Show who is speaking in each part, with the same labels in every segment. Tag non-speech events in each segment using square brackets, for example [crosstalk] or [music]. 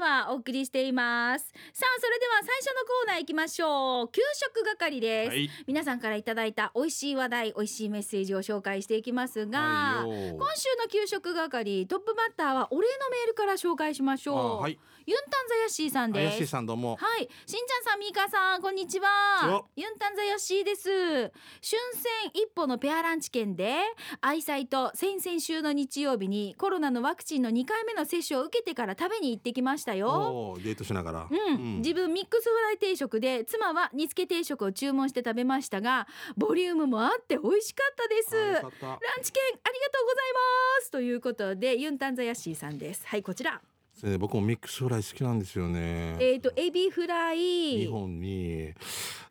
Speaker 1: はお送りしていますさあそれでは最初のコーナー行きましょう給食係です、
Speaker 2: はい。
Speaker 1: 皆さんからいただいた美味しい話題美味しいメッセージを紹介していきますが、
Speaker 2: はいよ
Speaker 1: 今週の給食係トップバッターはお礼のメールから紹介しましょう、
Speaker 2: あはい。
Speaker 1: ユンタンザヤッシーさん
Speaker 2: あ
Speaker 1: で
Speaker 2: や
Speaker 1: す
Speaker 2: しーさんどうも。
Speaker 1: はい、しんちゃんさん、みーかさん、こんにち
Speaker 2: こんに
Speaker 1: は
Speaker 2: ちは。
Speaker 1: ユンタンザヨッシーです。春戦一歩のペアランチ券で、愛妻と先々週の日曜日にコロナのワクチンの2回目の接種を受けてから食べに行ってきましたよ。
Speaker 2: おーデートしながら。
Speaker 1: うん、自分ミックスフライ定食で妻は煮付け定食を注文して食べましたがボリュームもあって美味しかったです
Speaker 2: あ
Speaker 1: ラ
Speaker 2: よか
Speaker 1: ン
Speaker 2: った
Speaker 1: チ券ありがとうございますということでユンタンザヤッシーさんですはいこちら
Speaker 2: そうね僕もミックスフライ好きなんですよね。
Speaker 1: えっ、ー、とエビフライ
Speaker 2: 日本に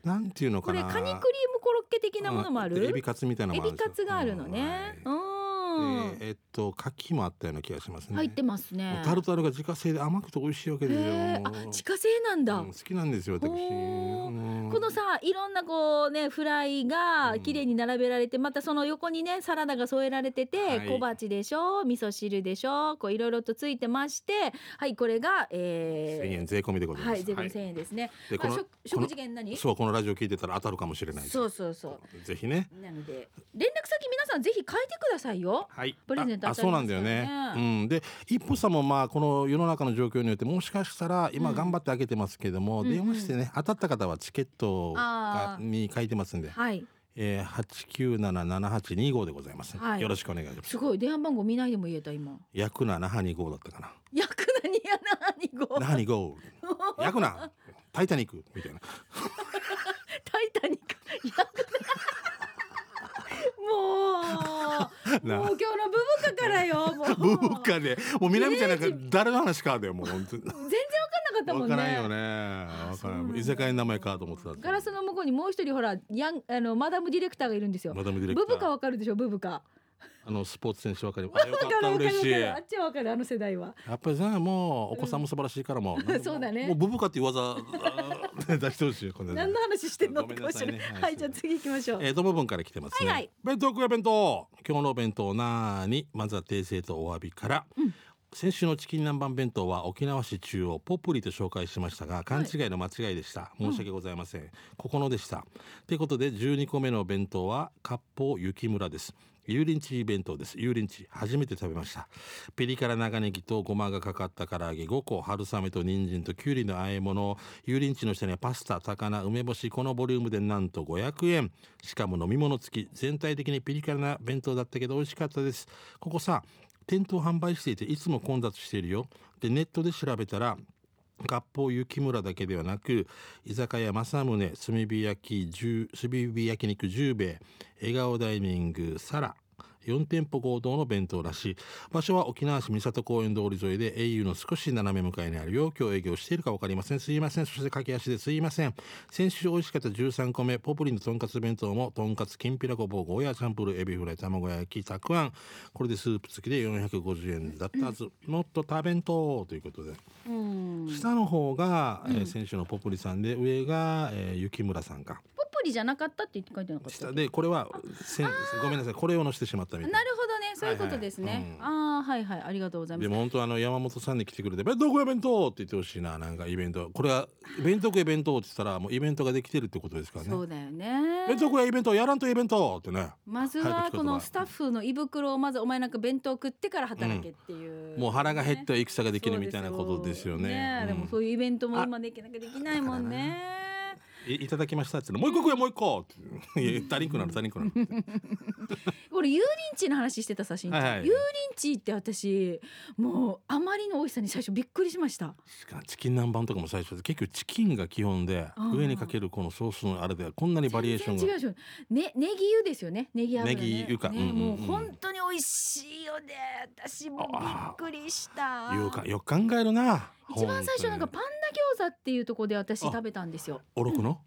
Speaker 2: なんていうの
Speaker 1: こ
Speaker 2: か
Speaker 1: れ
Speaker 2: な。
Speaker 1: カニクリームコロッケ的なものもある、
Speaker 2: うんエビカツみたいな
Speaker 1: エ
Speaker 2: のもあ
Speaker 1: ビ
Speaker 2: るんです
Speaker 1: カ
Speaker 2: よ。
Speaker 1: ツがあるのね。う
Speaker 2: うんはい
Speaker 1: ん、
Speaker 2: でえっと牡蠣もあったような気がしますね。
Speaker 1: 入ってますね。
Speaker 2: タルタルが自家製で甘くて美味しいわけですよ。
Speaker 1: へーあ、自家製なんだ。
Speaker 2: うん好きなんですよ私。
Speaker 1: ほー
Speaker 2: うん
Speaker 1: このさいろんなこうねフライが
Speaker 2: うん
Speaker 1: 綺麗に並べられて、またその横にねサラダが添えられてて、
Speaker 2: はい
Speaker 1: 小鉢でしょ味噌汁でしょこういろいろとついてましてはいこれが、
Speaker 2: 1000
Speaker 1: え
Speaker 2: 円税込みでご
Speaker 1: ー、
Speaker 2: ざいます。
Speaker 1: はい全部1000円ですね、
Speaker 2: でこ
Speaker 1: まあ
Speaker 2: の
Speaker 1: 食食事券何
Speaker 2: そうこのラジオ聞いてたら当たるかもしれないです。
Speaker 1: そうそうそう
Speaker 2: ぜひね。
Speaker 1: なので連絡先皆さんぜひ書いてくださいよ
Speaker 2: はい。
Speaker 1: プレゼント当
Speaker 2: ああ
Speaker 1: たり
Speaker 2: そう
Speaker 1: ま
Speaker 2: な
Speaker 1: す
Speaker 2: ん
Speaker 1: か
Speaker 2: だ
Speaker 1: ら
Speaker 2: よ
Speaker 1: ね
Speaker 2: ね。うん。で一歩さんもまあこの世の中の状況によってもしかしたら今
Speaker 1: うん
Speaker 2: 頑張って開けてますけども、
Speaker 1: うんうん
Speaker 2: 電話してね当たった方はチケット
Speaker 1: あ
Speaker 2: が
Speaker 1: ー
Speaker 2: に書いてますんで、
Speaker 1: はい
Speaker 2: えー、八九七七八二五でございます、
Speaker 1: はい
Speaker 2: よろしくお願いします。
Speaker 1: すごい電話番号見ないでも言えた今
Speaker 2: 役な七二五だったかな。
Speaker 1: ヤクナニヤナハニ
Speaker 2: 七二五。
Speaker 1: [laughs] ゴ
Speaker 2: 役な。タイタニックみたいな。
Speaker 1: タイタニックヤクナ
Speaker 2: [laughs]
Speaker 1: [laughs]
Speaker 2: な
Speaker 1: もうもう今日のブブカからよもう
Speaker 2: 文化で、もう南ちゃんなんか誰の話かだよ、もう本当に。
Speaker 1: 全然分かんなか
Speaker 2: わ
Speaker 1: ったも
Speaker 2: か
Speaker 1: ん
Speaker 2: らん
Speaker 1: ね
Speaker 2: よね。わから
Speaker 1: そうなん
Speaker 2: ん。
Speaker 1: だ
Speaker 2: 居酒屋の名前かと思ってた。
Speaker 1: ガラスの向こうにもう一人ほらヤンあのマダムディレクターがいるんですよ
Speaker 2: マダムディ
Speaker 1: ブ
Speaker 2: レクター
Speaker 1: ブカわかるでしょブブカ
Speaker 2: あのスポーツ選手わかります。あよかった
Speaker 1: わかるわ
Speaker 2: 嬉しい。
Speaker 1: かる
Speaker 2: や
Speaker 1: あっちはわかるあの世代は
Speaker 2: っぱりさもうお子さんも素晴らしいからもう。なんでも
Speaker 1: そうだね
Speaker 2: もうブブカっていう技あー [laughs] 出してほしいこれね
Speaker 1: 何の話してんのっ
Speaker 2: ご
Speaker 1: て
Speaker 2: めん
Speaker 1: 顔
Speaker 2: な
Speaker 1: して
Speaker 2: さい
Speaker 1: る
Speaker 2: ねはい
Speaker 1: はいじゃあ次行きましょう
Speaker 2: えー、どの分から来てますね。
Speaker 1: はいはい
Speaker 2: 弁当食や弁当。今日のお弁当なーに、まずは訂正とお詫びから。
Speaker 1: うん
Speaker 2: 先週のチキン南蛮弁当は沖縄市中央ポプリと紹介しましたが勘違いの間違いでした、申し訳ございません、ここのでしたということで12個目の弁当は割烹雪村です油淋鶏弁当です油淋鶏初めて食べましたピリ辛長ネギとごまがかかった唐揚げ5個春雨と人参ときゅうりの和え物油淋鶏の下にはパスタ高菜梅干しこのボリュームでなんと500円しかも飲み物付き全体的にピリ辛な弁当だったけど美味しかったですここさ店頭販売していていつも混雑しているよでネットで調べたら合法雪村だけではなく居酒屋正宗炭火焼き10炭火焼肉10兵衛笑顔ダイニングサラ4店舗合同の弁当らしい場所は沖縄市三郷公園通り沿いで au の少し斜め向かいにあるよ今日営業しているか分かりませんすいませんそして駆け足ですいません先週美味しかった13個目ポプリンのとんかつ弁当もとんかつきんぴらごぼうゴーヤーチャンプルーエビフライ卵焼きたくあんこれでスープ付きで450円だったはずもっと多弁当ということで
Speaker 1: うん
Speaker 2: 下の方が、えー先週のポプリさんで上が、えー雪村さんか
Speaker 1: ポプリじゃなかったって言って書いてなかったっけ
Speaker 2: 下でこれはせんごめんなさいこれを載せてしまったみたい
Speaker 1: なるほどね、そういうことです
Speaker 2: はいは
Speaker 1: ね
Speaker 2: い。うん
Speaker 1: ああ、はいはい、ありがとうございます
Speaker 2: で。も本当あの山本さんに来てくれて「弁当食え弁当!」って言ってほしいななんかイベントこれは「弁当食え弁当」って言ったらもうイベントができてるってことですからね
Speaker 1: そうだよね
Speaker 2: 「弁。当食えイベントやらんとイベント!」ってね
Speaker 1: まず
Speaker 2: 早
Speaker 1: は
Speaker 2: 口言葉
Speaker 1: このスタッフの胃袋をまずお前なんか弁当食ってから働けっていう。
Speaker 2: もう腹が減って
Speaker 1: ね
Speaker 2: は戦ができるみたいなことです
Speaker 1: そうですよ
Speaker 2: よね
Speaker 1: ねでもそうういうイベントも今できなきゃできないもんね。
Speaker 2: んいいただきましたって言ったらもう一個食えもう一個!」っていや「足りんくなる足りんくなる」
Speaker 1: 俺油淋鶏の話してたさしんちゃん。
Speaker 2: はいはい
Speaker 1: 油淋鶏って私もうあまりの美味しさに最初びっくりしました。
Speaker 2: しかもチキン南蛮とかも最初で結局チキンが基本で
Speaker 1: うん
Speaker 2: 上にかけるこのソースのあれでこんなにバリエーション
Speaker 1: 全然
Speaker 2: が
Speaker 1: 違うでしょ。ねネギ油ですよね。ネギ油ね。
Speaker 2: ネギ油か
Speaker 1: ね
Speaker 2: うんうん
Speaker 1: も
Speaker 2: う
Speaker 1: うん本当に美味しいよね。私もびっくりした。
Speaker 2: いうかよく考えるな
Speaker 1: 一番最初なんか
Speaker 2: 本
Speaker 1: パンダ餃子っていうところで私食べたんですよ。
Speaker 2: 当におろくの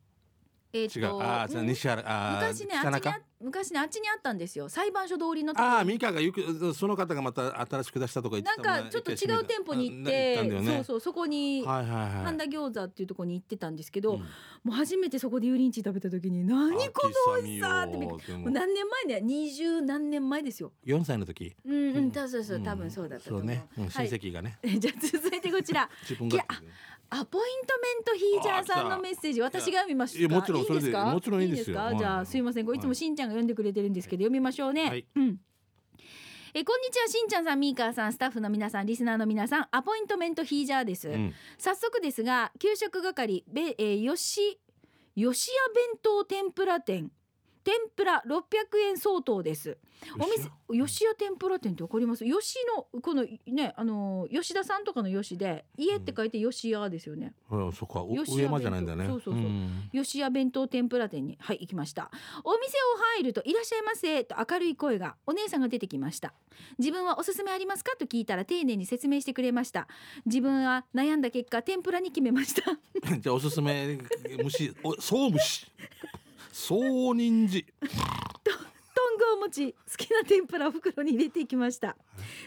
Speaker 1: え
Speaker 2: 違
Speaker 1: ーっ
Speaker 2: う
Speaker 1: と
Speaker 2: ああ
Speaker 1: うん
Speaker 2: 西原ああ
Speaker 1: 昔ねあっち
Speaker 2: 北
Speaker 1: に
Speaker 2: 中
Speaker 1: あ昔ねあっちにあったんですよ裁判所通りのとこ
Speaker 2: ああ美香がゆくその方がまた新しく出したとか言って
Speaker 1: な
Speaker 2: た
Speaker 1: んか
Speaker 2: もね
Speaker 1: ちょっと違う店舗に行って
Speaker 2: あな行ったんだよ
Speaker 1: そうそ
Speaker 2: ね
Speaker 1: うそこに
Speaker 2: はいはいはい
Speaker 1: 神田餃子っていうところに行ってたんですけど、
Speaker 2: うん
Speaker 1: もう初めてそこで油淋鶏食べた時に何この美味しさってびっくり
Speaker 2: 秋さみ
Speaker 1: もう
Speaker 2: をでも
Speaker 1: 何年前ね二十何年前ですよ
Speaker 2: 4歳の時
Speaker 1: うん
Speaker 2: う
Speaker 1: うんん多分そう多分そうだったと思う,、
Speaker 2: そうねうん
Speaker 1: は
Speaker 2: 親
Speaker 1: い [laughs]
Speaker 2: 戚がね
Speaker 1: じゃあ続いてこちら
Speaker 2: 自分が
Speaker 1: いやアポイントメントヒージャーさんのメッセージ私が読みまし
Speaker 2: いや
Speaker 1: た
Speaker 2: もちろんそれで
Speaker 1: いいですか
Speaker 2: もちろんいいですよ
Speaker 1: か
Speaker 2: はい
Speaker 1: じゃあすいませんこれいつもしんちゃんが読んでくれてるんですけど、読みましょうね、
Speaker 2: はい
Speaker 1: うんえこんにちはしんちゃんさんミーカーさんスタッフの皆さんリスナーの皆さんアポイントメントヒージャーです、
Speaker 2: うん
Speaker 1: 早速ですが給食係べ、えー、吉吉屋弁当天ぷら店天ぷら600円相当ですお店吉屋天ぷら店ってわかります吉のこのねあのー吉田さんとかの吉で家って書いて吉屋ですよね、
Speaker 2: うんそっかお
Speaker 1: 吉
Speaker 2: 上
Speaker 1: 屋
Speaker 2: 間じゃないんだ [laughs] ね
Speaker 1: 弁当そうそうそうん吉屋弁当天ぷら店にはい行きましたお店を入ると「いらっしゃいませ」と明るい声がお姉さんが出てきました自分はおすすめありますかと聞いたら丁寧に説明してくれました自分は悩んだ結果天ぷらに決めました
Speaker 2: じゃあおすすめ虫おそう
Speaker 1: [laughs]
Speaker 2: 虫そう人参
Speaker 1: トングを持ち好きな天ぷらを袋に入れていきました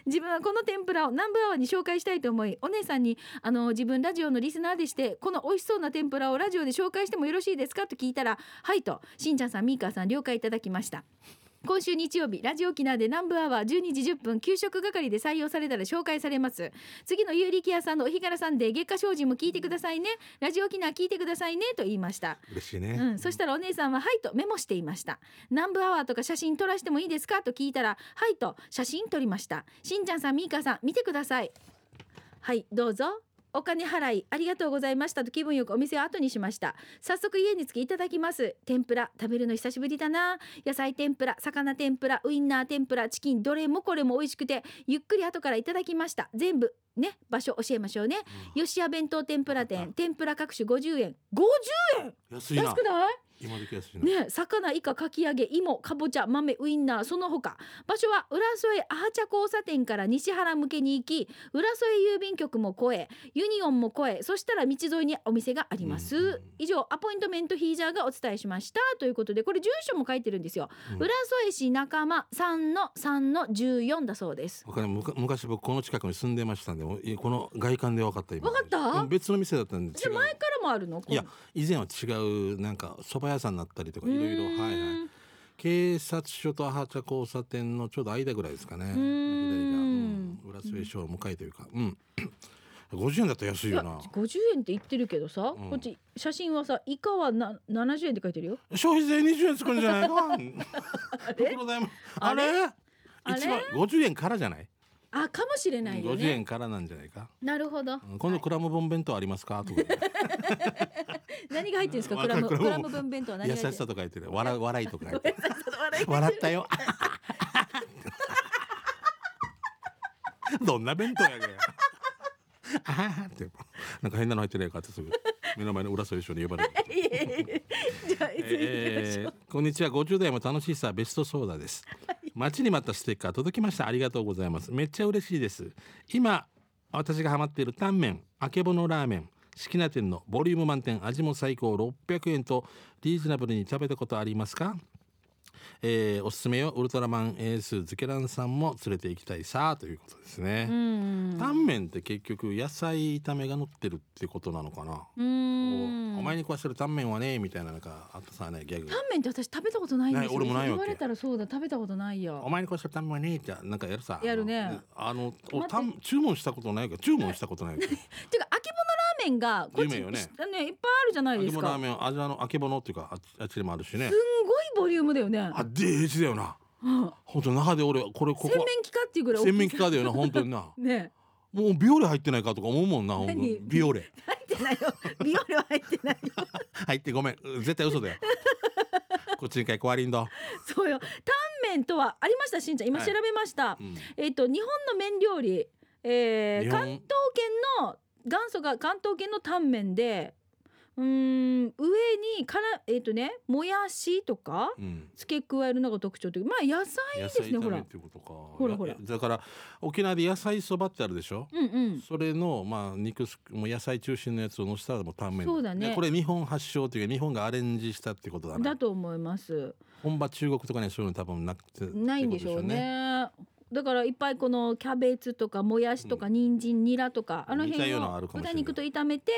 Speaker 1: 自分はこの天ぷらを南部アワーに紹介したいと思いお姉さんにあの自分ラジオのリスナーでしてこの美味しそうな天ぷらをラジオで紹介してもよろしいですかと聞いたらはいとしんちゃんさんみーかーさん了解いただきました今週日曜日ラジオ沖縄で南部アワー12時10分給食係で採用されたら紹介されます次の有力屋さんのお日柄さんで月下精進も聞いてくださいねラジオ沖縄聞いてくださいねと言いました
Speaker 2: 嬉しいね
Speaker 1: うん、そしたらお姉さんは「はい」とメモしていました「南部アワーとか写真撮らせてもいいですか?」と聞いたら「はい」と写真撮りましたしんちゃんさんみーかさん見てくださいはいどうぞお金払いありがとうございましたと気分よくお店を後にしました早速家に着きいただきます天ぷら食べるの久しぶりだな野菜天ぷら魚天ぷらウインナー天ぷらチキンどれもこれも美味しくてゆっくり後からいただきました全部ね場所教えましょうね吉屋弁当天ぷら店天ぷら各種50円50
Speaker 2: 安い
Speaker 1: 安
Speaker 2: な
Speaker 1: くない
Speaker 2: 今時安いな
Speaker 1: ねえ魚イカかき揚げ芋かぼちゃ豆ウインナーその他場所は浦添アーチャ交差点から西原向けに行き浦添郵便局も越えユニオンも越えそしたら道沿いにお店があります、
Speaker 2: うんうん
Speaker 1: 以上アポイントメントヒージャーがお伝えしましたということでこれ住所も書いてるんですよ、
Speaker 2: うん
Speaker 1: 浦添市仲間3の3の14だそうです
Speaker 2: わかんないむか昔僕この近くに住んでましたんでもういこの外観で分かった今
Speaker 1: わかった
Speaker 2: うん別の店だったんで
Speaker 1: じゃ
Speaker 2: 違
Speaker 1: あ
Speaker 2: う
Speaker 1: 前からもあるの
Speaker 2: いや以前は違うなんか蕎麦屋さんだったりとかいろいろはいはい警察署とアハチャ交差点のちょうど間ぐらいですかね左が、うん
Speaker 1: ん、
Speaker 2: 浦添署を向かいというかうん50円だったら安いよな
Speaker 1: 50円って言ってるけどさ、
Speaker 2: うん
Speaker 1: こっち写真はさイカはな70円って書いてる
Speaker 2: [laughs]
Speaker 1: よ
Speaker 2: 消費税20円つくんじゃない
Speaker 1: [laughs]
Speaker 2: か
Speaker 1: あれ
Speaker 2: 袋代もあ
Speaker 1: あ
Speaker 2: れ
Speaker 1: れ
Speaker 2: あ
Speaker 1: あ
Speaker 2: れ
Speaker 1: れ
Speaker 2: 一番50円からじゃない
Speaker 1: あかもしれないよ
Speaker 2: 50
Speaker 1: ね。
Speaker 2: 円からなんじゃないか
Speaker 1: なるほど。
Speaker 2: うん今度クラムボン弁当ありますかとか
Speaker 1: 何が入ってるんですか
Speaker 2: わ
Speaker 1: ク
Speaker 2: か
Speaker 1: ラ
Speaker 2: る
Speaker 1: ムク
Speaker 2: クラ
Speaker 1: ラ
Speaker 2: ム
Speaker 1: ム分弁当は何
Speaker 2: 優
Speaker 1: が
Speaker 2: し
Speaker 1: 入って
Speaker 2: さ
Speaker 1: る。
Speaker 2: とか言ってる笑う笑いとか言ってる
Speaker 1: [laughs] 笑い
Speaker 2: 笑ったよ。 [laughs] どんな弁当やねん。ああってなんか変なの入ってないかってすぐ目の前の浦添署に呼ばれる。
Speaker 1: いやいやいやじゃあ次行きましょう。
Speaker 2: えーこんにちは50代も楽しいさベストソーダです待ちに待ったステッカー届きましたありがとうございますめっちゃ嬉しいです今私がハマっているタンメンあけぼのラーメン好きな店のボリューム満点味も最高600円とリーズナブルに食べたことありますかえーおすすめよウルトラマンエースズケランさんも連れて行きたいさということですね、
Speaker 1: うん
Speaker 2: タンメンって結局野菜炒めが乗ってるってことなのかな
Speaker 1: う。
Speaker 2: こうんお前に食わしてるタンメンはねみたいななんかあったさねギャグ
Speaker 1: タンメンって私食べたことないんです
Speaker 2: ない
Speaker 1: よ。
Speaker 2: 俺もないわけ
Speaker 1: 言われたらそうだ食べたことない
Speaker 2: お
Speaker 1: よ。
Speaker 2: 前にこうしたためにってなんかやるさ
Speaker 1: やるね
Speaker 2: あのお
Speaker 1: 待って
Speaker 2: たん注文したことないけど注文したことないけ
Speaker 1: て
Speaker 2: ど
Speaker 1: かあけぼのラーメンがこっち
Speaker 2: 有名よね
Speaker 1: あねいっぱいあるじゃ [laughs] な
Speaker 2: あ
Speaker 1: い
Speaker 2: け
Speaker 1: です
Speaker 2: ぼのラー
Speaker 1: か。
Speaker 2: メン味あのあけぼのっていうかあっちあっちでもあるしね
Speaker 1: すんごいボリュームだよね。
Speaker 2: あでえちだよな
Speaker 1: うん
Speaker 2: 本当中で俺これここ
Speaker 1: 洗面器かっていうぐらい大きい。
Speaker 2: 洗面器かだよな本当にな
Speaker 1: ね。
Speaker 2: もうビオレ入ってないかとか思うもんな本当に
Speaker 1: 何
Speaker 2: ビオレ
Speaker 1: 入ってないよ。
Speaker 2: [laughs]
Speaker 1: ビオレは入ってないよ。
Speaker 2: 入ってごめん絶対嘘だよ [laughs] こっちにかい壊りんだ、
Speaker 1: そうよ。タンメンとはありましたしんちゃん今
Speaker 2: はい
Speaker 1: 調べました
Speaker 2: う。ん
Speaker 1: えっと日本の麺料理、えー
Speaker 2: 日
Speaker 1: 関東圏
Speaker 2: 本
Speaker 1: の元祖が関東圏のタンメンでうーん上にからえっ、とねもやしとか
Speaker 2: うん、
Speaker 1: 付け加えるのが特徴というまあ野菜
Speaker 2: 野
Speaker 1: すね
Speaker 2: 菜炒
Speaker 1: ほ
Speaker 2: め
Speaker 1: ら
Speaker 2: っていうことか
Speaker 1: ほらほら
Speaker 2: いやだから沖縄で野菜そばってあるでしょ、
Speaker 1: うんうん
Speaker 2: それのまあ肉すもう野菜中心のやつをのせたらもうタンメン
Speaker 1: そうだね
Speaker 2: でこれ日本発祥というか日本がアレンジしたってことだな
Speaker 1: だと思います
Speaker 2: 本場中国とかねそういうの多分なくて
Speaker 1: ないんでしょうねだからいっぱいこのキャベツとかもやしとか人参ニラとか、あの
Speaker 2: 似た
Speaker 1: 辺
Speaker 2: ようなのあ
Speaker 1: を
Speaker 2: るかもしれな
Speaker 1: 豚
Speaker 2: い
Speaker 1: 肉と炒めて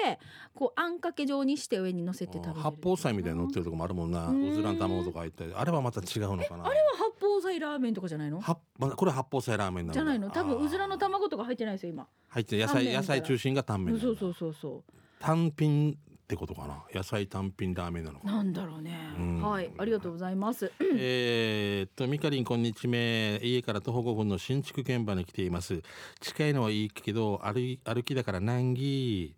Speaker 1: こうあんかけ状にして上に乗せて
Speaker 2: っ
Speaker 1: 食
Speaker 2: てこと
Speaker 1: べ
Speaker 2: で
Speaker 1: る
Speaker 2: しょうね八宝菜みたいに乗って
Speaker 1: る
Speaker 2: るとこもあるもんな
Speaker 1: うーん
Speaker 2: うずらの卵とか入ったりあれはまた違うのかな
Speaker 1: あれは八宝菜ラーメンとかじゃないの
Speaker 2: はまだこれは八宝菜ラーメンなんだ
Speaker 1: じゃないの多分
Speaker 2: あー
Speaker 1: うずらの卵とか入ってないですよ今
Speaker 2: 入ってる野
Speaker 1: タンメンみた
Speaker 2: 菜
Speaker 1: いな
Speaker 2: 野菜中心がタンメンなんだ
Speaker 1: そうそうそうそ
Speaker 2: 単品ってことかな野菜単品ラーメンなの
Speaker 1: う
Speaker 2: かな
Speaker 1: なんだろうね
Speaker 2: うん
Speaker 1: はいありがとうございます
Speaker 2: えーっとみかりんこんにちめ家から徒歩5分の新築現場に来ています近いのはいいけど歩い歩きだから難儀、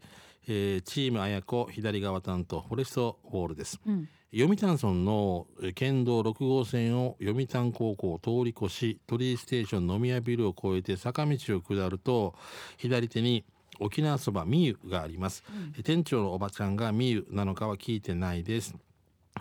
Speaker 2: えーチームあやこ左側担当フォレストホールです
Speaker 1: うん
Speaker 2: 読谷村のえー県道6号線を読谷高校を通り越し鳥居ステーション飲み屋ビルを越えて坂道を下ると左手に沖縄そばみゆがあります、えー店長のおばちゃんがみゆなのかは聞いてないです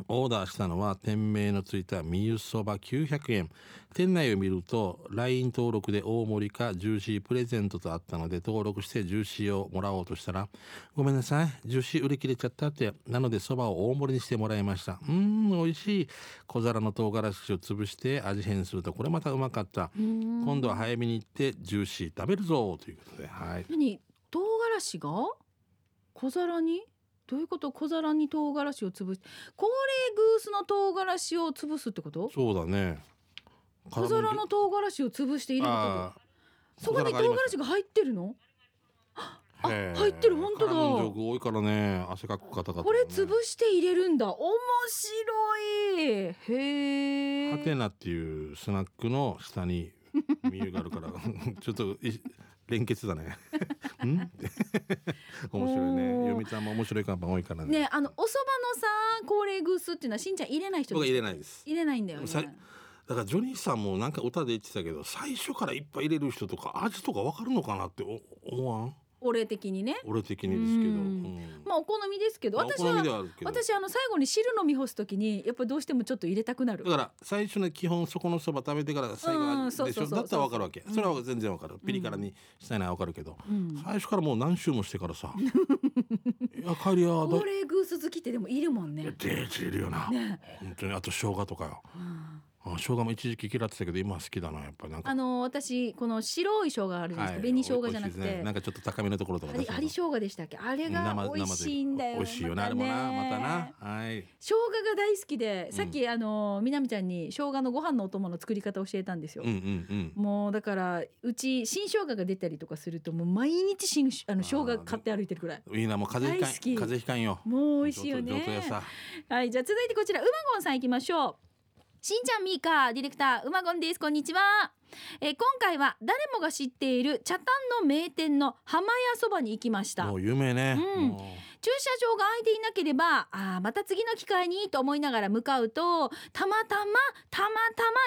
Speaker 2: オーダーしたのは店名のついたみゆそば900円店内を見ると LINE 登録で大盛りかジューシープレゼントとあったので登録してジューシーをもらおうとしたら「ごめんなさいジューシー売り切れちゃった」ってなのでそばを大盛りにしてもらいましたうーん美味しい小皿の唐辛子を潰して味変するとこれまたうまかった今度は早めに行ってジューシー食べるぞということではい
Speaker 1: 何唐辛子が小皿にどういうこと小皿に唐辛子を潰すこれグースの唐辛子を潰すってこと
Speaker 2: そうだね
Speaker 1: 小皿の唐辛子を潰して入れるって
Speaker 2: あ
Speaker 1: ことそこに唐辛子が入ってるの
Speaker 2: ーへー
Speaker 1: 入ってる本当だ
Speaker 2: カラムンジョーク多いからね汗かく方々、ね、
Speaker 1: これ潰して入れるんだ面白いへえ
Speaker 2: ハテナっていうスナックの
Speaker 1: [laughs]
Speaker 2: 下にミユがあるから [laughs] ちょっとい連結
Speaker 1: [laughs]
Speaker 2: だね。んって面白いね。
Speaker 1: おー
Speaker 2: 読みちゃんも面白い看板多いからね。
Speaker 1: ねあのお蕎麦のさ高齢グースっていうのはしんちゃん入れない人
Speaker 2: 僕は入れ
Speaker 1: い
Speaker 2: ないです。
Speaker 1: 入れないんだよね
Speaker 2: さだからジョニーさんもなんか歌で言ってたけど、最初からいっぱい入れる人とか味とかわかるのかなってお思わん？
Speaker 1: 俺的にね
Speaker 2: 俺的にですけど。
Speaker 1: う
Speaker 2: うんん
Speaker 1: まあお好みですけど
Speaker 2: まあお
Speaker 1: 私
Speaker 2: 好み
Speaker 1: は
Speaker 2: ではあるけど。
Speaker 1: 私あの最後に汁飲み干すときにやっぱどうしてもちょっと入れたくなる
Speaker 2: だから最初の基本そこのそば食べてから最後
Speaker 1: うん
Speaker 2: あで
Speaker 1: そう
Speaker 2: し
Speaker 1: そう
Speaker 2: ょ
Speaker 1: そう
Speaker 2: だったらわかるわけ
Speaker 1: うん
Speaker 2: それは全然わかるピリ辛にしたいのはわかるけど
Speaker 1: うん
Speaker 2: 最初からもう何周もしてから
Speaker 1: [laughs]
Speaker 2: さ「いや帰りやだ
Speaker 1: 高齢グース好きってでもいるもんね
Speaker 2: デージいるよな、
Speaker 1: ね
Speaker 2: 本当にあと生姜とかよ
Speaker 1: うん
Speaker 2: あ生姜も一時期嫌ってたけど今は好きだなやっぱなんか
Speaker 1: あの私この白い生姜あるじゃないですか紅生姜じゃなく
Speaker 2: 美味しいですね
Speaker 1: て
Speaker 2: なんかちょっと高めのところとか
Speaker 1: 針針生姜でしたっけあれが美味しいんだよ
Speaker 2: 美味しいよな、あれもなまたなはい
Speaker 1: 生姜が大好きでさっき、あのみなみちゃんに生姜のご飯のお供の作り方を教えたんですよ、
Speaker 2: うんうん
Speaker 1: もうだからうち新生姜が出たりとかするともう毎日新あの生姜買って歩いてるくらい
Speaker 2: うんいいなもう風邪ひ
Speaker 1: 大好
Speaker 2: かん
Speaker 1: き
Speaker 2: 風邪ひかんよ
Speaker 1: もう美味しいよね
Speaker 2: 上等上等やさ
Speaker 1: はい、じゃあ続いてこちら、うまごんさん行きましょう。しんちゃんみーかディレクターうまごんですこんにちは、えー今回は誰もが知っている茶炭の名店の浜屋そばに行きました
Speaker 2: もう有名ね、
Speaker 1: うん
Speaker 2: も
Speaker 1: 駐車場が空いていなければあーまた次の機会にと思いながら向かうとたまたまたまたま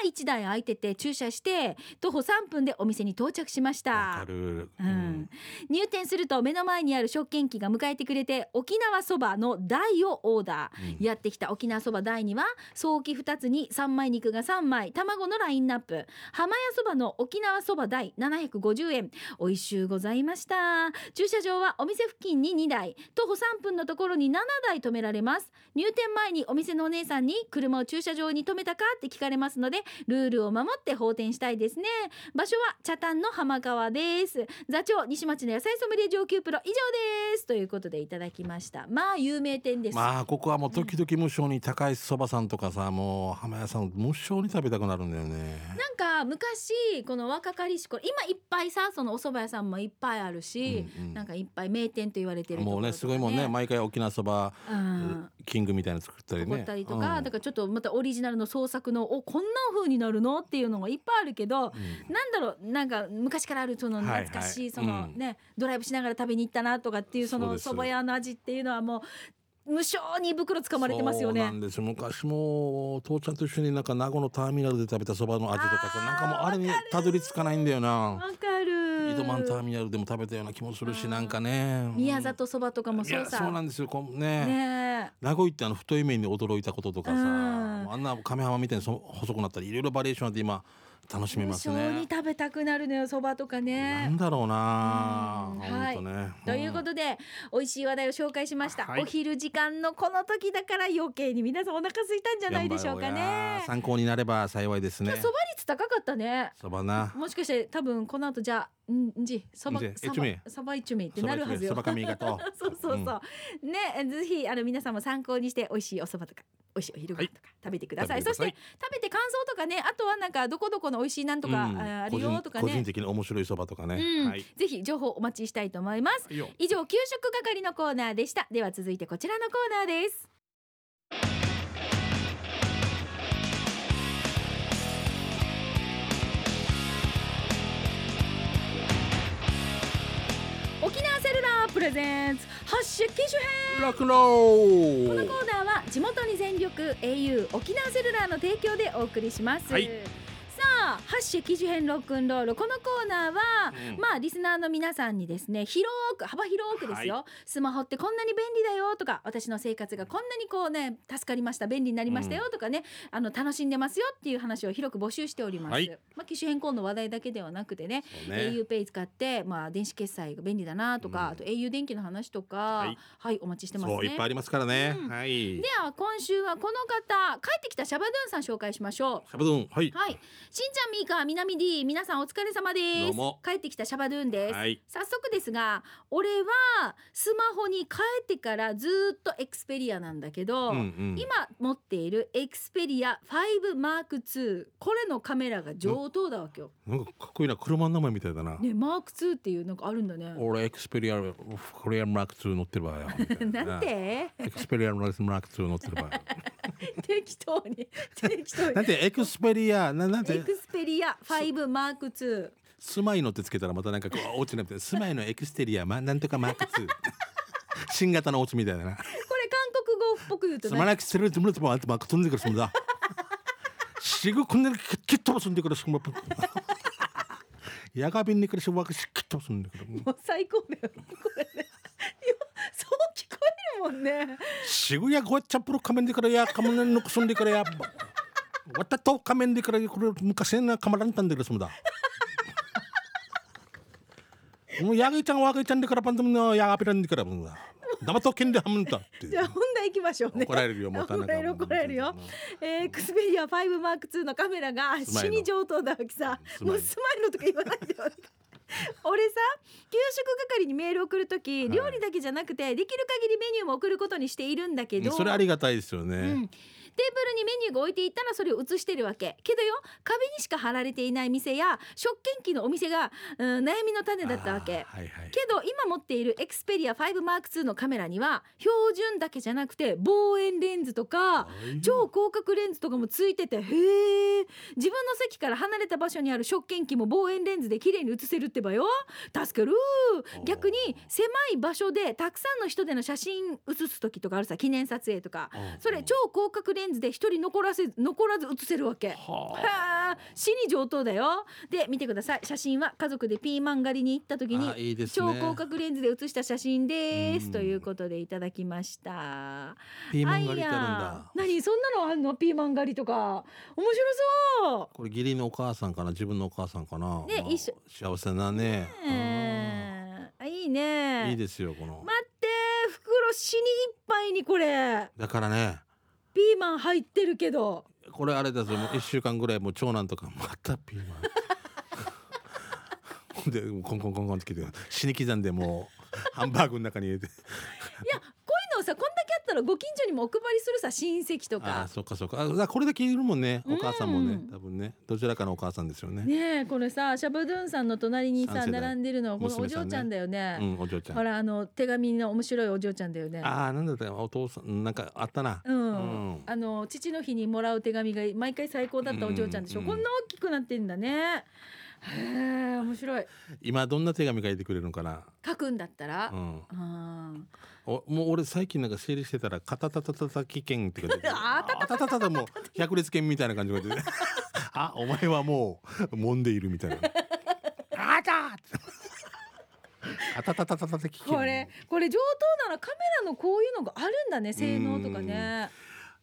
Speaker 1: 1台空いてて駐車して徒歩3分でお店に到着しまし
Speaker 2: うわか
Speaker 1: た。
Speaker 2: る、
Speaker 1: うん入店すると目の前にある食券機が迎えてくれて沖縄そばの台をオーダー、
Speaker 2: うん
Speaker 1: やってきた沖縄そば第2は早期2つに3枚肉が3枚卵のラインナップ浜屋そばの沖縄そば第750円美味しゅうございました駐車場はお店付近に2台徒歩3分のところに7台止められます入店前にお店のお姉さんに車を駐車場に止めたかって聞かれますのでルールを守って放店したいですね場所は茶炭の浜川です座長西町の野菜ソムリエ上級プロ以上ですということでいただきましたまあ有名店です、
Speaker 2: まあここはもう時々無性に高いそばさんとかさもう浜屋さん無性に食べたくなるんだよね
Speaker 1: なんか昔この若かりし頃今いっぱいさそのお蕎麦屋さんもいっぱいあるし、
Speaker 2: うんうん
Speaker 1: なんかいっぱい名店と言われてるところと
Speaker 2: もう
Speaker 1: か
Speaker 2: ねすごいもんね
Speaker 1: ね、
Speaker 2: 毎回沖縄そば
Speaker 1: うん、
Speaker 2: キングみたいなの作ったり
Speaker 1: 怒
Speaker 2: ね。
Speaker 1: ったりとか、
Speaker 2: うん
Speaker 1: だからちょっとまたオリジナルの創作のおこんな風になるのっていうのがいっぱいあるけど、
Speaker 2: うん
Speaker 1: なんだろうなんか昔からあるその
Speaker 2: はいはい
Speaker 1: 懐かしいその
Speaker 2: うん
Speaker 1: ね、ドライブしながら食べに行ったなとかっていうそ
Speaker 2: そう
Speaker 1: の
Speaker 2: です
Speaker 1: そば屋の味っていうのはもう無性に胃袋つかまれてますよ
Speaker 2: そうな
Speaker 1: ね。
Speaker 2: んです昔も父ちゃんと一緒になんか名護のターミナルで食べたそばの味とか
Speaker 1: あ
Speaker 2: さ
Speaker 1: ー
Speaker 2: なんかもうあれにたどり着かないんだよな
Speaker 1: わかる。
Speaker 2: いドマンターミナルでも食べたような気もするしなんかね
Speaker 1: 宮里そばとかも
Speaker 2: い
Speaker 1: そう
Speaker 2: や
Speaker 1: さ
Speaker 2: そうなんですよこうね
Speaker 1: ね
Speaker 2: 名古屋ってあの太い麺に驚いたこととかさ、
Speaker 1: うん
Speaker 2: もうあんな亀浜みたいにそ細くなったりいろいろバリエーションあって今楽し
Speaker 1: え
Speaker 2: め
Speaker 1: 無
Speaker 2: ます
Speaker 1: 性に
Speaker 2: ね。
Speaker 1: 食べたくなるのよそばとか
Speaker 2: な
Speaker 1: ね
Speaker 2: んだろうな、
Speaker 1: うん
Speaker 2: 本当ね、
Speaker 1: ということとで美味しい話題を紹介しました、
Speaker 2: はい
Speaker 1: お昼時間のこの時だから余計に皆さんお腹空いたんじゃないでしょうかね
Speaker 2: 参考になれば幸いですね
Speaker 1: そば率高かったね
Speaker 2: そばな
Speaker 1: もしかして多分この後じゃあんんじそば
Speaker 2: んじ
Speaker 1: そば
Speaker 2: 一名
Speaker 1: そば一名ってなるはずよ
Speaker 2: そば髪型を
Speaker 1: [laughs] そうそうそう、
Speaker 2: うん
Speaker 1: ねぜひあの皆さんも参考にして美味しいお蕎麦とか美味しいお昼ご飯とか食べてください,、
Speaker 2: 食べてくだ
Speaker 1: そ
Speaker 2: さ
Speaker 1: し
Speaker 2: い
Speaker 1: て食べて感想とかねあとはなんかどこどこの美味しいなんとか、
Speaker 2: うん
Speaker 1: ああ
Speaker 2: 個
Speaker 1: るよ
Speaker 2: 人
Speaker 1: とか
Speaker 2: 個人
Speaker 1: ね
Speaker 2: 的に面白いそばとかね、
Speaker 1: うん
Speaker 2: はい
Speaker 1: ぜひ情報お待ちしたいと思います
Speaker 2: いいよ
Speaker 1: 以上給食係のコーナーでしたでは続いてこちらのコーナーです沖縄セルラープレゼンツ発射機種編
Speaker 2: ロックンロー
Speaker 1: このコーナーは地元に全力 au 沖縄セルラーの提供でお送りします、
Speaker 2: はい
Speaker 1: さあハッシュ機種編ロックンロールこのコーナーは、
Speaker 2: うん
Speaker 1: まあリスナーの皆さんにですね広く幅広くですよ、スマホってこんなに便利だよとか私の生活がこんなにこうね助かりました便利になりましたよとかね、あの楽しんでますよっていう話を広く募集しております、
Speaker 2: はい
Speaker 1: まあ機種変更の話題だけではなくてね
Speaker 2: そうね
Speaker 1: auPay 使ってまあ電子決済が便利だなとか、
Speaker 2: うん
Speaker 1: あと au 電気の話とかは
Speaker 2: はいい、
Speaker 1: お待ちしてますね
Speaker 2: そういっぱいありますからね、
Speaker 1: うん
Speaker 2: はい
Speaker 1: では今週はこの方帰ってきたシャバドゥンさん紹介しましょ
Speaker 2: シャバドゥンはいう
Speaker 1: はいしんちゃんみーか南 D 皆さんお疲れ様です
Speaker 2: どうも
Speaker 1: 帰ってきたシャバドゥンです、
Speaker 2: はい
Speaker 1: 早速ですが俺はスマホに帰ってからずーっとエクスペリアなんだけど、
Speaker 2: うんうん
Speaker 1: 今持っているエクスペリア5マーク2これのカメラが上等だわけよ。
Speaker 2: なんかかっこいいな車の名前みたいだな、
Speaker 1: ねマーク2っていうなんかあるんだね。
Speaker 2: 俺エクスペリアルコリアンマーク2乗ってるわよみたい
Speaker 1: [laughs] なん
Speaker 2: [laughs]
Speaker 1: て
Speaker 2: エクスペリアマーク2乗ってる
Speaker 1: [laughs]
Speaker 2: わよ
Speaker 1: 適当に適当
Speaker 2: [laughs] なん
Speaker 1: に。
Speaker 2: てエクスペリアななん
Speaker 1: エ
Speaker 2: て
Speaker 1: クスペリア5マーク2。
Speaker 2: 住まいのってつけたらまたなんかこ
Speaker 1: [laughs]
Speaker 2: う落ちなくて住まいのエクステリアまなんとかマーク2新型のお家みたいだな
Speaker 1: これ韓国語っぽく言うと
Speaker 2: すま
Speaker 1: 何
Speaker 2: なくするつもりともあんたまく飛んでくるすんだしぐくんでるきっともすんでくるし
Speaker 1: [laughs]
Speaker 2: もやがびんにくるしわくしきっともすんでくる
Speaker 1: もう最高だよこれねいやそう聞こえるもんね
Speaker 2: しぐやごっちゃプロ仮面でからやかまんのくすんでからやわたと仮面でからこれ昔なかまらんたんでくるすんだもうやがいちゃんわがいちゃんでからパンダムのやがびらんでから黙っとけんではむんだって
Speaker 1: じゃあ本題行きましょうね
Speaker 2: [laughs] 怒られるよもう田中
Speaker 1: 怒られる怒られるよえー、クスペリア5マーク2のカメラが
Speaker 2: 住ま
Speaker 1: 死
Speaker 2: いの
Speaker 1: に上等だわけさ
Speaker 2: 住
Speaker 1: も
Speaker 2: まいうの
Speaker 1: スマイルとか言わないでよ俺さ給食係にメール送るとき
Speaker 2: い
Speaker 1: 料理だけじゃなくてできる限りメニューも送ることにしているんだけど
Speaker 2: それありがたいですよね、
Speaker 1: うん、テーブルにメニューが置いていったらそれを写してるわけけどよ壁にしか貼られていない店や食券機のお店が、うん、悩みの種だったわけ
Speaker 2: あーはいはい
Speaker 1: けど今持っているエクスペリア5マーク2のカメラには標準だけじゃなくて望遠レンズとか超広角レンズとかもついててへえ自分の席から離れた場所にある食券機も望遠レンズで綺麗に写せるってばよ助かる
Speaker 2: おー
Speaker 1: 逆に狭い場所でたくさんの人での写真写す時とかあるさ記念撮影とかそれ超広角レンズで一人残らせ残らず写せるわけ。
Speaker 2: はあ
Speaker 1: はあ、死に上等だよ。で、見てください。写真は家族でピーマン狩りに行った時に
Speaker 2: あいいです
Speaker 1: 超
Speaker 2: ね
Speaker 1: 広角レンズで写した写真で
Speaker 2: う
Speaker 1: す
Speaker 2: ん
Speaker 1: ということでいただきました。
Speaker 2: ピーマンが
Speaker 1: あい
Speaker 2: りて
Speaker 1: や
Speaker 2: るんだ
Speaker 1: 何そんなのあんのピーマン狩りとか面白そ
Speaker 2: これ義理のお母さんかな自分のお母さんかな
Speaker 1: ね
Speaker 2: まあ
Speaker 1: 一緒
Speaker 2: 幸せなね
Speaker 1: う。ねえあいいね。
Speaker 2: うんいいですよこの
Speaker 1: 待って袋死にいっぱいにこれ
Speaker 2: だからね
Speaker 1: ピーマン入ってるけど
Speaker 2: これあれですよもう一週間ぐらいもう長男とかまたピーマン [laughs] でコンコンコンコンって来て死に刻んでもうハンバーグの中に入れて
Speaker 1: こういうのをさこんだけあったらご近所にもお配りするさ親戚と
Speaker 2: あ
Speaker 1: か
Speaker 2: あ。そっかそっかあだからこれだけいるもんねお母さんも
Speaker 1: う
Speaker 2: ね
Speaker 1: ん
Speaker 2: 多分ねどちらかのお母さんですよね
Speaker 1: ねえこれさシャバドゥンさんの隣にさ
Speaker 2: 三世代
Speaker 1: 並んでるのはこのお
Speaker 2: 娘さんね
Speaker 1: 嬢ちゃんだよね
Speaker 2: う。んお嬢ちゃん
Speaker 1: ほらあの手紙の面白いお嬢ちゃんだよね。
Speaker 2: ああなんだったかなお父さんなんかあったな
Speaker 1: うん、
Speaker 2: うん
Speaker 1: あの父の日にもらう手紙が毎回最高だったお嬢ちゃんでしょ、
Speaker 2: うん
Speaker 1: こんな大きくなってんだねへえ面白い
Speaker 2: 今どんな手紙書いてくれるのかな
Speaker 1: 書くんだったら
Speaker 2: う、ん
Speaker 1: うん、
Speaker 2: おもう俺最近なんか整理してたら「カタタタタタキ券」って書いて
Speaker 1: あー
Speaker 2: タタタタ」もう百列券みたいな感じが出てあお前はもう揉んでいる」みたいな「あーた!」ってあたたたたたて聞け
Speaker 1: これこれ上等ならカメラのこういうのがあるんだね性能とかね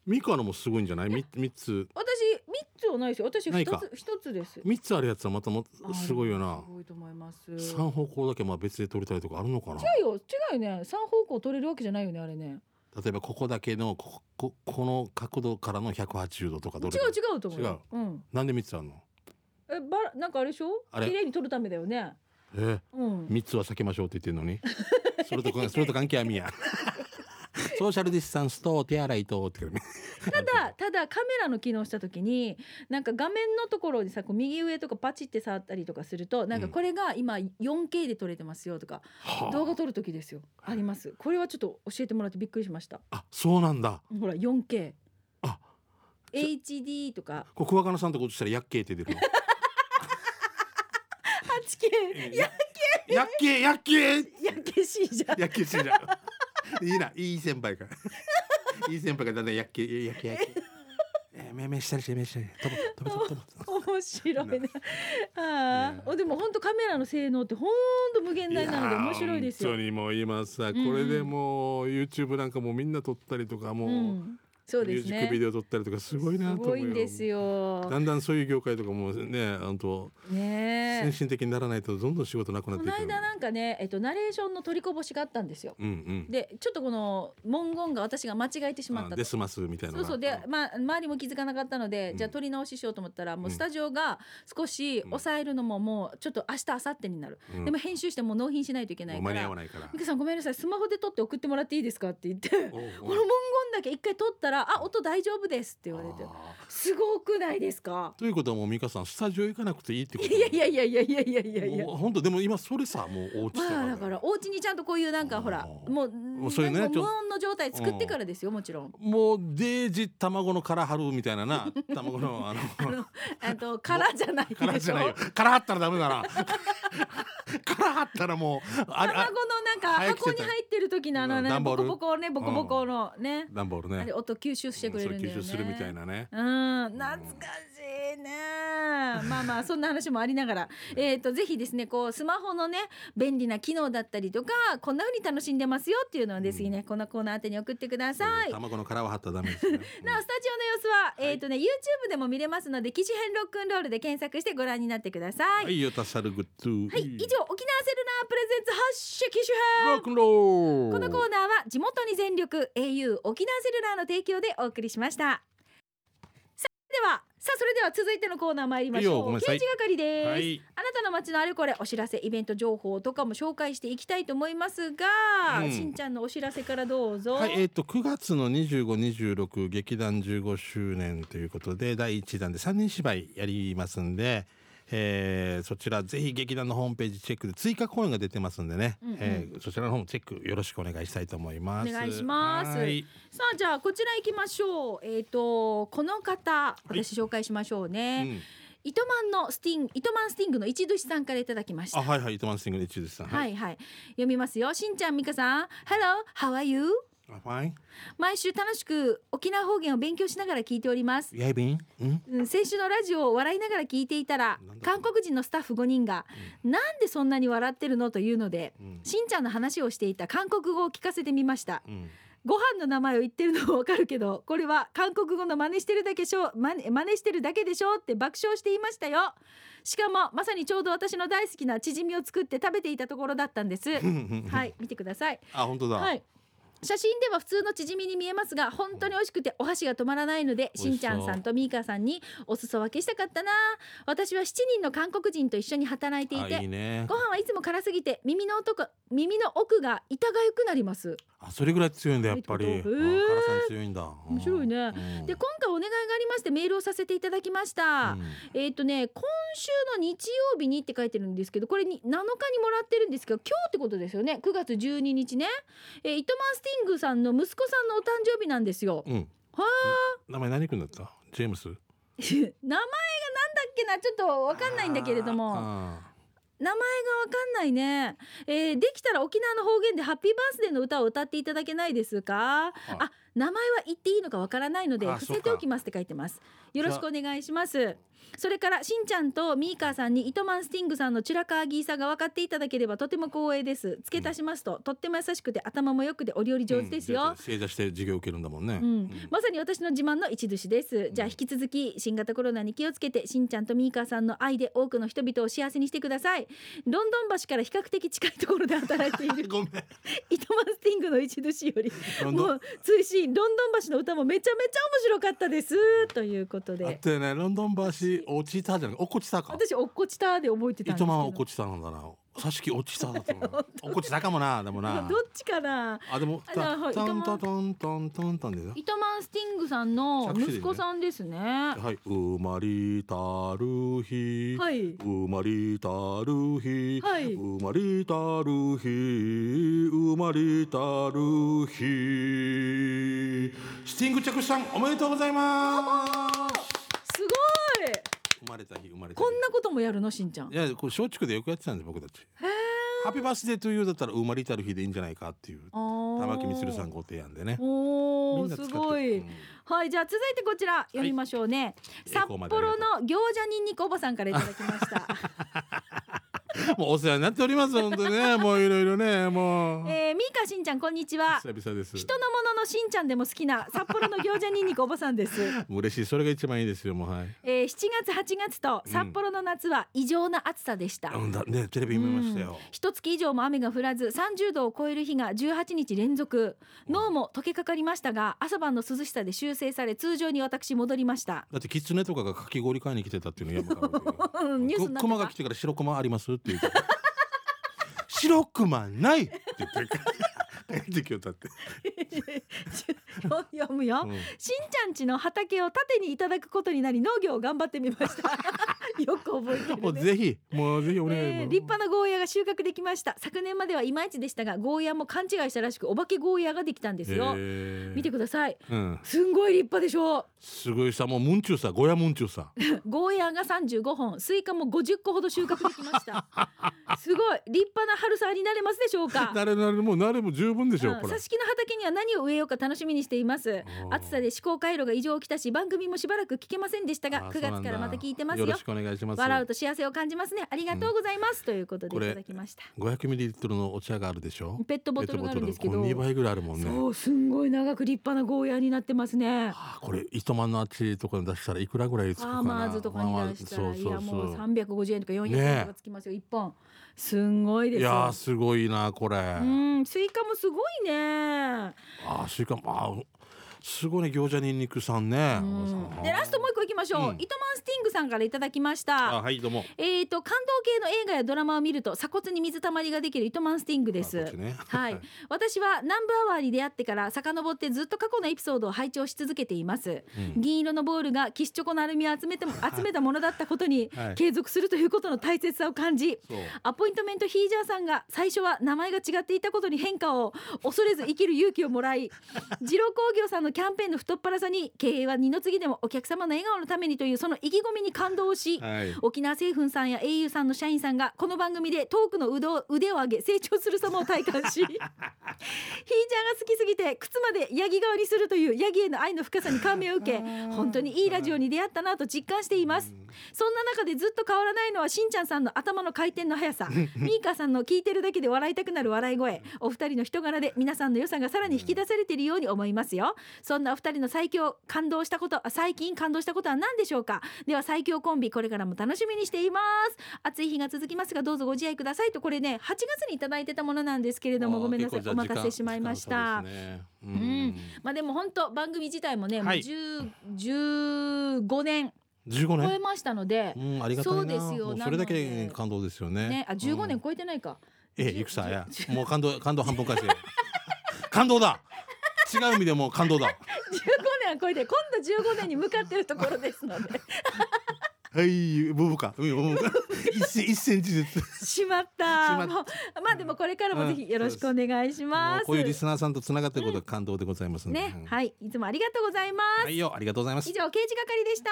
Speaker 2: ミカのもすごいんじゃないみ三つ
Speaker 1: 私三つはないですよ私
Speaker 2: ない
Speaker 1: 二
Speaker 2: か
Speaker 1: つ一つです
Speaker 2: 三つあるやつはまたも
Speaker 1: あー
Speaker 2: すごいよな
Speaker 1: すごいと思います
Speaker 2: 三方向だけまあ別で撮りたいとかあるのかな
Speaker 1: 違うよ違うよね三方向取れるわけじゃないよねあれね
Speaker 2: 例えばここだけのこここの角度からの180度とか
Speaker 1: 違う
Speaker 2: どれ
Speaker 1: 違うと思うようん
Speaker 2: なんで三つあるの
Speaker 1: えばらなんかあれでしょ
Speaker 2: あれ
Speaker 1: 綺麗に取るためだよね
Speaker 2: えー
Speaker 1: うん
Speaker 2: 三つは避けましょうって言ってる
Speaker 1: [laughs]
Speaker 2: のにそれとこそれと関係あみやソーシャルディスタンスと手洗いとって言うけどね
Speaker 1: ただただカメラの機能した時になんか画面のところにさこう右上とかパチって触ったりとかするとなんか
Speaker 2: うん
Speaker 1: これが今 4K で撮れてますよとか、
Speaker 2: はあ
Speaker 1: 動画撮る時ですよありますこれはちょっと教えてもらってびっくりしました
Speaker 2: あそうなんだ
Speaker 1: ほら 4K
Speaker 2: あ
Speaker 1: HD とか
Speaker 2: こう桑原さんとことしたらやっけーって出
Speaker 1: [laughs]
Speaker 2: るのい
Speaker 1: 8K や
Speaker 2: やっけーやっけー
Speaker 1: やけしいじゃん
Speaker 2: やっけーしじゃんいいないい先輩が
Speaker 1: [laughs]
Speaker 2: いい先輩がだんだんやっけーやっけーやっけーえー、めめしたりしてめしたり飛ぼ
Speaker 1: [laughs]
Speaker 2: 飛ぼ飛ぼ飛ぼ
Speaker 1: 面白いね
Speaker 2: ね
Speaker 1: ああ、おでも本当カメラの性能って本当無限大なので面白いですよ
Speaker 2: やー本当にもう今さ
Speaker 1: んうん
Speaker 2: これでもう YouTube なんかもうみんな撮ったりとかもう、
Speaker 1: うん、そう
Speaker 2: ミュ
Speaker 1: で
Speaker 2: ー
Speaker 1: す
Speaker 2: ジック
Speaker 1: ね
Speaker 2: ビデオ撮ったりとかすごいな
Speaker 1: す
Speaker 2: と思
Speaker 1: ご
Speaker 2: う
Speaker 1: いんですよ
Speaker 2: だんだんそういう業界とかもね本当
Speaker 1: ねえ
Speaker 2: 先進的にならないとどんどん仕事なくなっ
Speaker 1: こ
Speaker 2: ていく
Speaker 1: の
Speaker 2: よね
Speaker 1: 間なんかね、えっと、ナレーションの取りこぼしがあったんですよ。
Speaker 2: うんうん
Speaker 1: でちょっとこの文言が私が間違えてしまっ
Speaker 2: あ
Speaker 1: たと
Speaker 2: デ。スマスみたい
Speaker 1: そ
Speaker 2: なの
Speaker 1: う
Speaker 2: が
Speaker 1: そうで、まあ、周りも気づかなかったので、
Speaker 2: うん
Speaker 1: じゃあ取り直ししようと思ったらもううんスタジオが少し抑えるのももうちょっと明日明後日になる、
Speaker 2: うん
Speaker 1: でも編集してもう納品しないといけな
Speaker 2: も
Speaker 1: いうか
Speaker 2: 間に合
Speaker 1: ら
Speaker 2: わないから
Speaker 1: [laughs] 「美香さんごめんなさいスマホで撮って送ってもらっていいですか?」って言って
Speaker 2: おうおう
Speaker 1: この文言だけ一回撮ったら「あ音大丈夫です」って言われて
Speaker 2: あー
Speaker 1: すごくないですか
Speaker 2: ということはもう美香さんスタジオ行かなくていいってこと
Speaker 1: いやいやいやいやいやいやいやいや
Speaker 2: もう本当でも今それさもうお家
Speaker 1: まあだからお家にちゃんとこういうなんかほら
Speaker 2: うん
Speaker 1: もう
Speaker 2: うそういうね
Speaker 1: なんか
Speaker 2: ちょ
Speaker 1: 無音の状態作ってからですよもちろん。
Speaker 2: もうデージ卵の殻張るみたい
Speaker 1: [laughs]
Speaker 2: なな卵のあの
Speaker 1: あのあと空じゃないでしょ。
Speaker 2: 殻じゃないよ殻張ったらダメだな [laughs] 殻張ったらもうあれ
Speaker 1: 卵
Speaker 2: あ
Speaker 1: のなんか
Speaker 2: 早く来
Speaker 1: 箱
Speaker 2: て
Speaker 1: に
Speaker 2: た
Speaker 1: 入ってる時のあの
Speaker 2: うん
Speaker 1: ね
Speaker 2: 段
Speaker 1: ボ
Speaker 2: ボール
Speaker 1: コボコねボコボコのね、
Speaker 2: 段ボール
Speaker 1: あれ
Speaker 2: ね
Speaker 1: 音吸収してくれるんだよね。
Speaker 2: うんそれ吸収するみたい。なね
Speaker 1: うん懐かしいね。まあまあそんな話もありながら、えっとぜひですねこうスマホのね便利な機能だったりとかこんな風に楽しんでますよっていうのをですね、こんなコーナー宛てに送ってください。
Speaker 2: 卵の殻は張ったらダメ [laughs] ですね
Speaker 1: なおスタジオの様子は、えっ、とね YouTube でも見れますので機種編ロックンロールで検索してご覧になってください。
Speaker 2: は
Speaker 1: はい、
Speaker 2: いよタサルグッズは
Speaker 1: 以上沖縄セルラープレゼンツハッシュ機種編
Speaker 2: ロックンロール
Speaker 1: このコーナーは地元に全力 au 沖縄セルラーの提供でお送りしました。さあではさあそれでは続いてのコーナー参りまし
Speaker 2: いいよ
Speaker 1: ょ
Speaker 2: ごめん
Speaker 1: う。
Speaker 2: なさ
Speaker 1: 刑
Speaker 2: い
Speaker 1: 事係です。
Speaker 2: はい
Speaker 1: あなたの街のあれこれお知らせイベント情報とかも紹介していきたいと思いますが、
Speaker 2: うん
Speaker 1: しんちゃんのお知らせからどうぞ。
Speaker 2: はい、えっ、と9月の2526劇団15周年ということで第1弾で3人芝居やりますんで、えーそちらぜひ劇団のホームページチェックで追加公演が出てますんでね、
Speaker 1: うんうん
Speaker 2: えーそちらの方もチェックよろしくお願いしたいと思います。
Speaker 1: お願いします
Speaker 2: はい
Speaker 1: さあじゃあこちら行きましょう。えっ、とこの方
Speaker 2: い
Speaker 1: 私紹介しましょうね。
Speaker 2: うん
Speaker 1: 糸満のスティング糸満スティングの一寿司さんからいただきました。
Speaker 2: あはいはい糸満スティングで一途さん。。
Speaker 1: はいいはい読みますよしんちゃんみかさん Hello how are you
Speaker 2: あファイン。
Speaker 1: 毎週楽しく沖縄方言を勉強しながら聞いております
Speaker 2: やいびん。うん。
Speaker 1: うん先週のラジオを笑いながら聞いていたら
Speaker 2: なんだ
Speaker 1: 韓国人のスタッフ5人が、なんでそんなに笑ってるのというので、
Speaker 2: うん
Speaker 1: しんちゃんの話をしていた韓国語を聞かせてみました
Speaker 2: うん。。
Speaker 1: ご飯の名前を言ってるのもわかるけど [laughs] これは韓国語の真似してるだけしょ真似真似してるだけでしょって爆笑していましたよしかもまさにちょうど私の大好きなチヂミを作って食べていたところだったんですはい
Speaker 2: [laughs]
Speaker 1: い見てください
Speaker 2: あ本当だ。
Speaker 1: はい写真では普通のチヂミに見えますが本当に美味しくてお箸が止まらないので
Speaker 2: 美味し
Speaker 1: し
Speaker 2: そ
Speaker 1: ちゃ
Speaker 2: うん
Speaker 1: んさんとミーカさんにお裾分けしたかったな私は7人の韓国人と一緒に働いてい
Speaker 2: あいい
Speaker 1: て
Speaker 2: ね
Speaker 1: ご。飯はいつも辛すぎて耳の音か耳の奥が痛がゆくなります
Speaker 2: あそれぐらい強いんだやっぱり。
Speaker 1: え
Speaker 2: あ
Speaker 1: ー
Speaker 2: 辛さに強いんだ。面
Speaker 1: 面白いね
Speaker 2: うん
Speaker 1: で今回お願いがありましてメールをさせていただきました、
Speaker 2: うん
Speaker 1: えっ、とね今週の日曜日にって書いてるんですけどこれに7日にもらってるんですけど今日ってことですよね9月12日ね、えー、糸満スティングさんの息子さんのお誕生日なんですよ。 [laughs]
Speaker 2: うん。
Speaker 1: は
Speaker 2: 名前何君だった？ジェームス。
Speaker 1: 名前がなんだっけなちょっとわかんないんだけれども
Speaker 2: あ
Speaker 1: 名前がわかんないね、えーできたら沖縄の方言でハッピーバースデーの歌を歌っていただけないですか
Speaker 2: ー。あ
Speaker 1: あ名前は言っていいのかわからないので
Speaker 2: あ
Speaker 1: 伏せておきますって書いてますよろしくお願いしますそれからしんちゃんとミーカーさんに糸満スティングさんのチュラカーギーさが分かっていただければとても光栄です付け足しますと、とっても優しくて頭もよくてお料理上手ですよ、
Speaker 2: うん正座して授業受けるんだもんね、
Speaker 1: うんまさに私の自慢の一寿司ですじゃあ
Speaker 2: うん
Speaker 1: 引き続き新型コロナに気をつけてしんちゃんとミーカーさんの愛で多くの人々を幸せにしてくださいロンドン橋から比較的近いところで働いてい
Speaker 2: [laughs]
Speaker 1: る
Speaker 2: ごめん
Speaker 1: 糸満スティングの一寿司より
Speaker 2: ロン
Speaker 1: も
Speaker 2: ドン
Speaker 1: う追伸ロンドン橋の歌もめちゃめちゃ面白かったですということ
Speaker 2: あっ
Speaker 1: で
Speaker 2: たよねロンドン橋落ちたじゃなく落っこちたか
Speaker 1: 私おっこちたで覚えてたんです
Speaker 2: 糸
Speaker 1: けど
Speaker 2: 満は落っこちたなんだな挿し木落ちただ
Speaker 1: [laughs]
Speaker 2: と思う落っこちたかもなでもな
Speaker 1: どっちかな
Speaker 2: あでも
Speaker 1: あ
Speaker 2: た
Speaker 1: なるほど
Speaker 2: トントントントントントンでな
Speaker 1: 糸満スティングさんの息子さんですね
Speaker 2: はい生まれたる日
Speaker 1: はい
Speaker 2: 生まれたる日、
Speaker 1: はい
Speaker 2: 生まれたる日生まれたる日スティング着さんおめでとうございます
Speaker 1: すごい
Speaker 2: 生まれた日生まれた日
Speaker 1: こんなこともやるのしんちゃん
Speaker 2: いやこれ松竹でよくやってたんです僕たち
Speaker 1: へー
Speaker 2: ハッピーバースデーというだったら生まれたる日でいいんじゃないかっていう玉
Speaker 1: 玉
Speaker 2: 木みつるさんご提案でね
Speaker 1: お
Speaker 2: み
Speaker 1: お
Speaker 2: んな
Speaker 1: す
Speaker 2: 使って
Speaker 1: ごい、
Speaker 2: うん
Speaker 1: はいじゃあ続いてこちら読みましょうね、札幌の
Speaker 2: 栄光まであり
Speaker 1: 餃子にんにくおばさんからいただきました
Speaker 2: もうお世話になっております本当にねもういろいろねも [laughs] う、
Speaker 1: えー、みーかしんちゃんこんにちは
Speaker 2: 久々です
Speaker 1: 人のもののしんちゃんでも好きな札幌の餃子にんにくおばさんです、
Speaker 2: 嬉しいそれが一番いいですよもうはい
Speaker 1: えー、7月8月と札幌の夏は異常な暑さでした、
Speaker 2: うんだねテレビ見ましたよ、
Speaker 1: 一月以上も雨が降らず30度を超える日が18日連続脳も溶けかかりましたが朝晩の涼しさで修正され通常に私戻りました [laughs]
Speaker 2: だってキツネとかがかき氷買いに来てたっていうのやばかった
Speaker 1: うん [laughs] ニュースになってた
Speaker 2: クマが来てから白クマありますって言うから白クマないって言って帰ってきよったって、
Speaker 1: [laughs] 読むよ、
Speaker 2: うん
Speaker 1: しんちゃんちの畑を縦にいただくことになり農業を頑張ってみました
Speaker 2: [laughs]
Speaker 1: よく覚えて
Speaker 2: も
Speaker 1: るね
Speaker 2: うぜひもうぜひお願い、
Speaker 1: えー立派なゴーヤが収穫できました昨年まではいまいちでしたがゴーヤも勘違いしたらしくお化けゴーヤができたんですよ、
Speaker 2: えー
Speaker 1: 見てください
Speaker 2: うん、
Speaker 1: すんごい立派でしょ
Speaker 2: すごいさもうムンチューさゴヤムンチューさ
Speaker 1: ゴーヤが35本スイカも50個ほど収穫できました
Speaker 2: [laughs]
Speaker 1: すごい立派な春沢になれますでしょうか
Speaker 2: 誰々もう誰も十分でしょ、う
Speaker 1: うん
Speaker 2: これ
Speaker 1: 挿し木の畑には何を植えようか楽しみにしています
Speaker 2: ー
Speaker 1: 暑さで思考回路が異常をきたし番組もしばらく聞けませんでした
Speaker 2: あ
Speaker 1: が
Speaker 2: ー
Speaker 1: 9
Speaker 2: そうな
Speaker 1: 月
Speaker 2: ん
Speaker 1: か
Speaker 2: だ
Speaker 1: らまた聞いてます
Speaker 2: よ
Speaker 1: よ
Speaker 2: ろしくお願いします
Speaker 1: 笑うと幸せを感じますねありがとうございます、ということで
Speaker 2: こ
Speaker 1: い
Speaker 2: れ
Speaker 1: ただきました
Speaker 2: 500ミリリットルのお茶があるでしょ
Speaker 1: ペットボトルがあるんですけど
Speaker 2: ペットボトルこれ2倍ぐらいあるもんね
Speaker 1: そうすんごい長く立派なゴーヤーになってますね
Speaker 2: あこれ糸満のあっちとかに出したらいくらぐらいつくか
Speaker 1: フ
Speaker 2: な
Speaker 1: ァーマーズとかに出したら、
Speaker 2: まあまあ
Speaker 1: いやもう
Speaker 2: そう
Speaker 1: 350円とか400
Speaker 2: ね
Speaker 1: 円
Speaker 2: え
Speaker 1: とかつきますよ、一本すんごい
Speaker 2: い
Speaker 1: です
Speaker 2: や
Speaker 1: よ
Speaker 2: ーすごいなこれ、
Speaker 1: うんスイカもすごいね
Speaker 2: あースイカあーすごいね餃子にんにくさんね、
Speaker 1: うんでラストもう一個いきましょう、
Speaker 2: うん
Speaker 1: 糸満スティングさんからいただきまし
Speaker 2: あ
Speaker 1: た
Speaker 2: はいどうも
Speaker 1: えーと感動系の映画やドラマを見ると鎖骨に水たまりができる糸満スティングで
Speaker 2: あ
Speaker 1: す
Speaker 2: こっちね [laughs]
Speaker 1: はい、私は南部アワーに出会ってから遡ってずっと過去のエピソードを拝聴し続けています、
Speaker 2: うん
Speaker 1: 銀色のボールがキシチョコのアルミを集めても集めたものだったことに
Speaker 2: [laughs] はい
Speaker 1: 継続するということの大切さを感じ、
Speaker 2: そう
Speaker 1: アポイントメントヒージャーさんが最初は名前が違っていたことに変化を恐れず生きる勇気をも
Speaker 2: [laughs]
Speaker 1: らい二郎工業さんのキャンペーンの太っ腹さに経営は二の次でもお客様の笑顔のためにというその意気込みに感動し、
Speaker 2: はい
Speaker 1: 沖縄製粉さんや au さんの社員さんがこの番組でトークの腕を腕を上げ成長する様を体感
Speaker 2: [laughs]
Speaker 1: しヒージャーが好きすぎて靴までヤギ顔にするというヤギへの愛の深さに感銘を受け本当にいいラジオに出会ったなと実感していますそんな中でずっと変わらないのはしんちゃんさんの頭の回転の速
Speaker 2: [laughs]
Speaker 1: さミーカさんの聞いてるだけで笑いたくなる笑い声お二人の人柄で皆さんの良さがさらに引き出されているように思いますよそんなお二人の最強感動したことあ最近感動したことは何でしょうかでは最強コンビこれからも楽しみにしています暑い日が続きますがどうぞご自愛くださいとこれね8月にいただいてたものなんですけれどもごめんなさい
Speaker 2: あー結構じ
Speaker 1: お
Speaker 2: ゃあ
Speaker 1: 待たせ
Speaker 2: 時間
Speaker 1: しまいまし
Speaker 2: 時間
Speaker 1: た
Speaker 2: 差ですねう
Speaker 1: うん
Speaker 2: ん、
Speaker 1: まあでも本当番組自体もね、
Speaker 2: はい
Speaker 1: もう10 15年
Speaker 2: 15
Speaker 1: 超え
Speaker 2: 年
Speaker 1: ましたので、
Speaker 2: うんありがたい
Speaker 1: そ
Speaker 2: な
Speaker 1: うですよ
Speaker 2: もうそ
Speaker 1: な
Speaker 2: れだ
Speaker 1: の
Speaker 2: け
Speaker 1: で
Speaker 2: 感動ですよね
Speaker 1: ね、あ15
Speaker 2: うん
Speaker 1: 年超えてないか。
Speaker 2: え
Speaker 1: じ
Speaker 2: え、
Speaker 1: ゅ
Speaker 2: ゆくさん、いや
Speaker 1: じ、
Speaker 2: もう感動、感動半分返せよ。 [laughs] 感動だ。違う意味でもう感動だ。
Speaker 1: 15年は超えて、今度15年に向かってるところですの
Speaker 2: [laughs]
Speaker 1: で。
Speaker 2: はい、ブブか。うん、ブブか。一セン、一センチずつ。
Speaker 1: しまった。
Speaker 2: しまっ
Speaker 1: もうまあでもこれからもぜひよろしくお願いしま
Speaker 2: も
Speaker 1: す。
Speaker 2: うこういうリスナーさんとつながってることは感動でございますんで
Speaker 1: ね、はい、いつもありがとうございます。
Speaker 2: はいよ、ありがとうございます
Speaker 1: 以。上刑事係でした。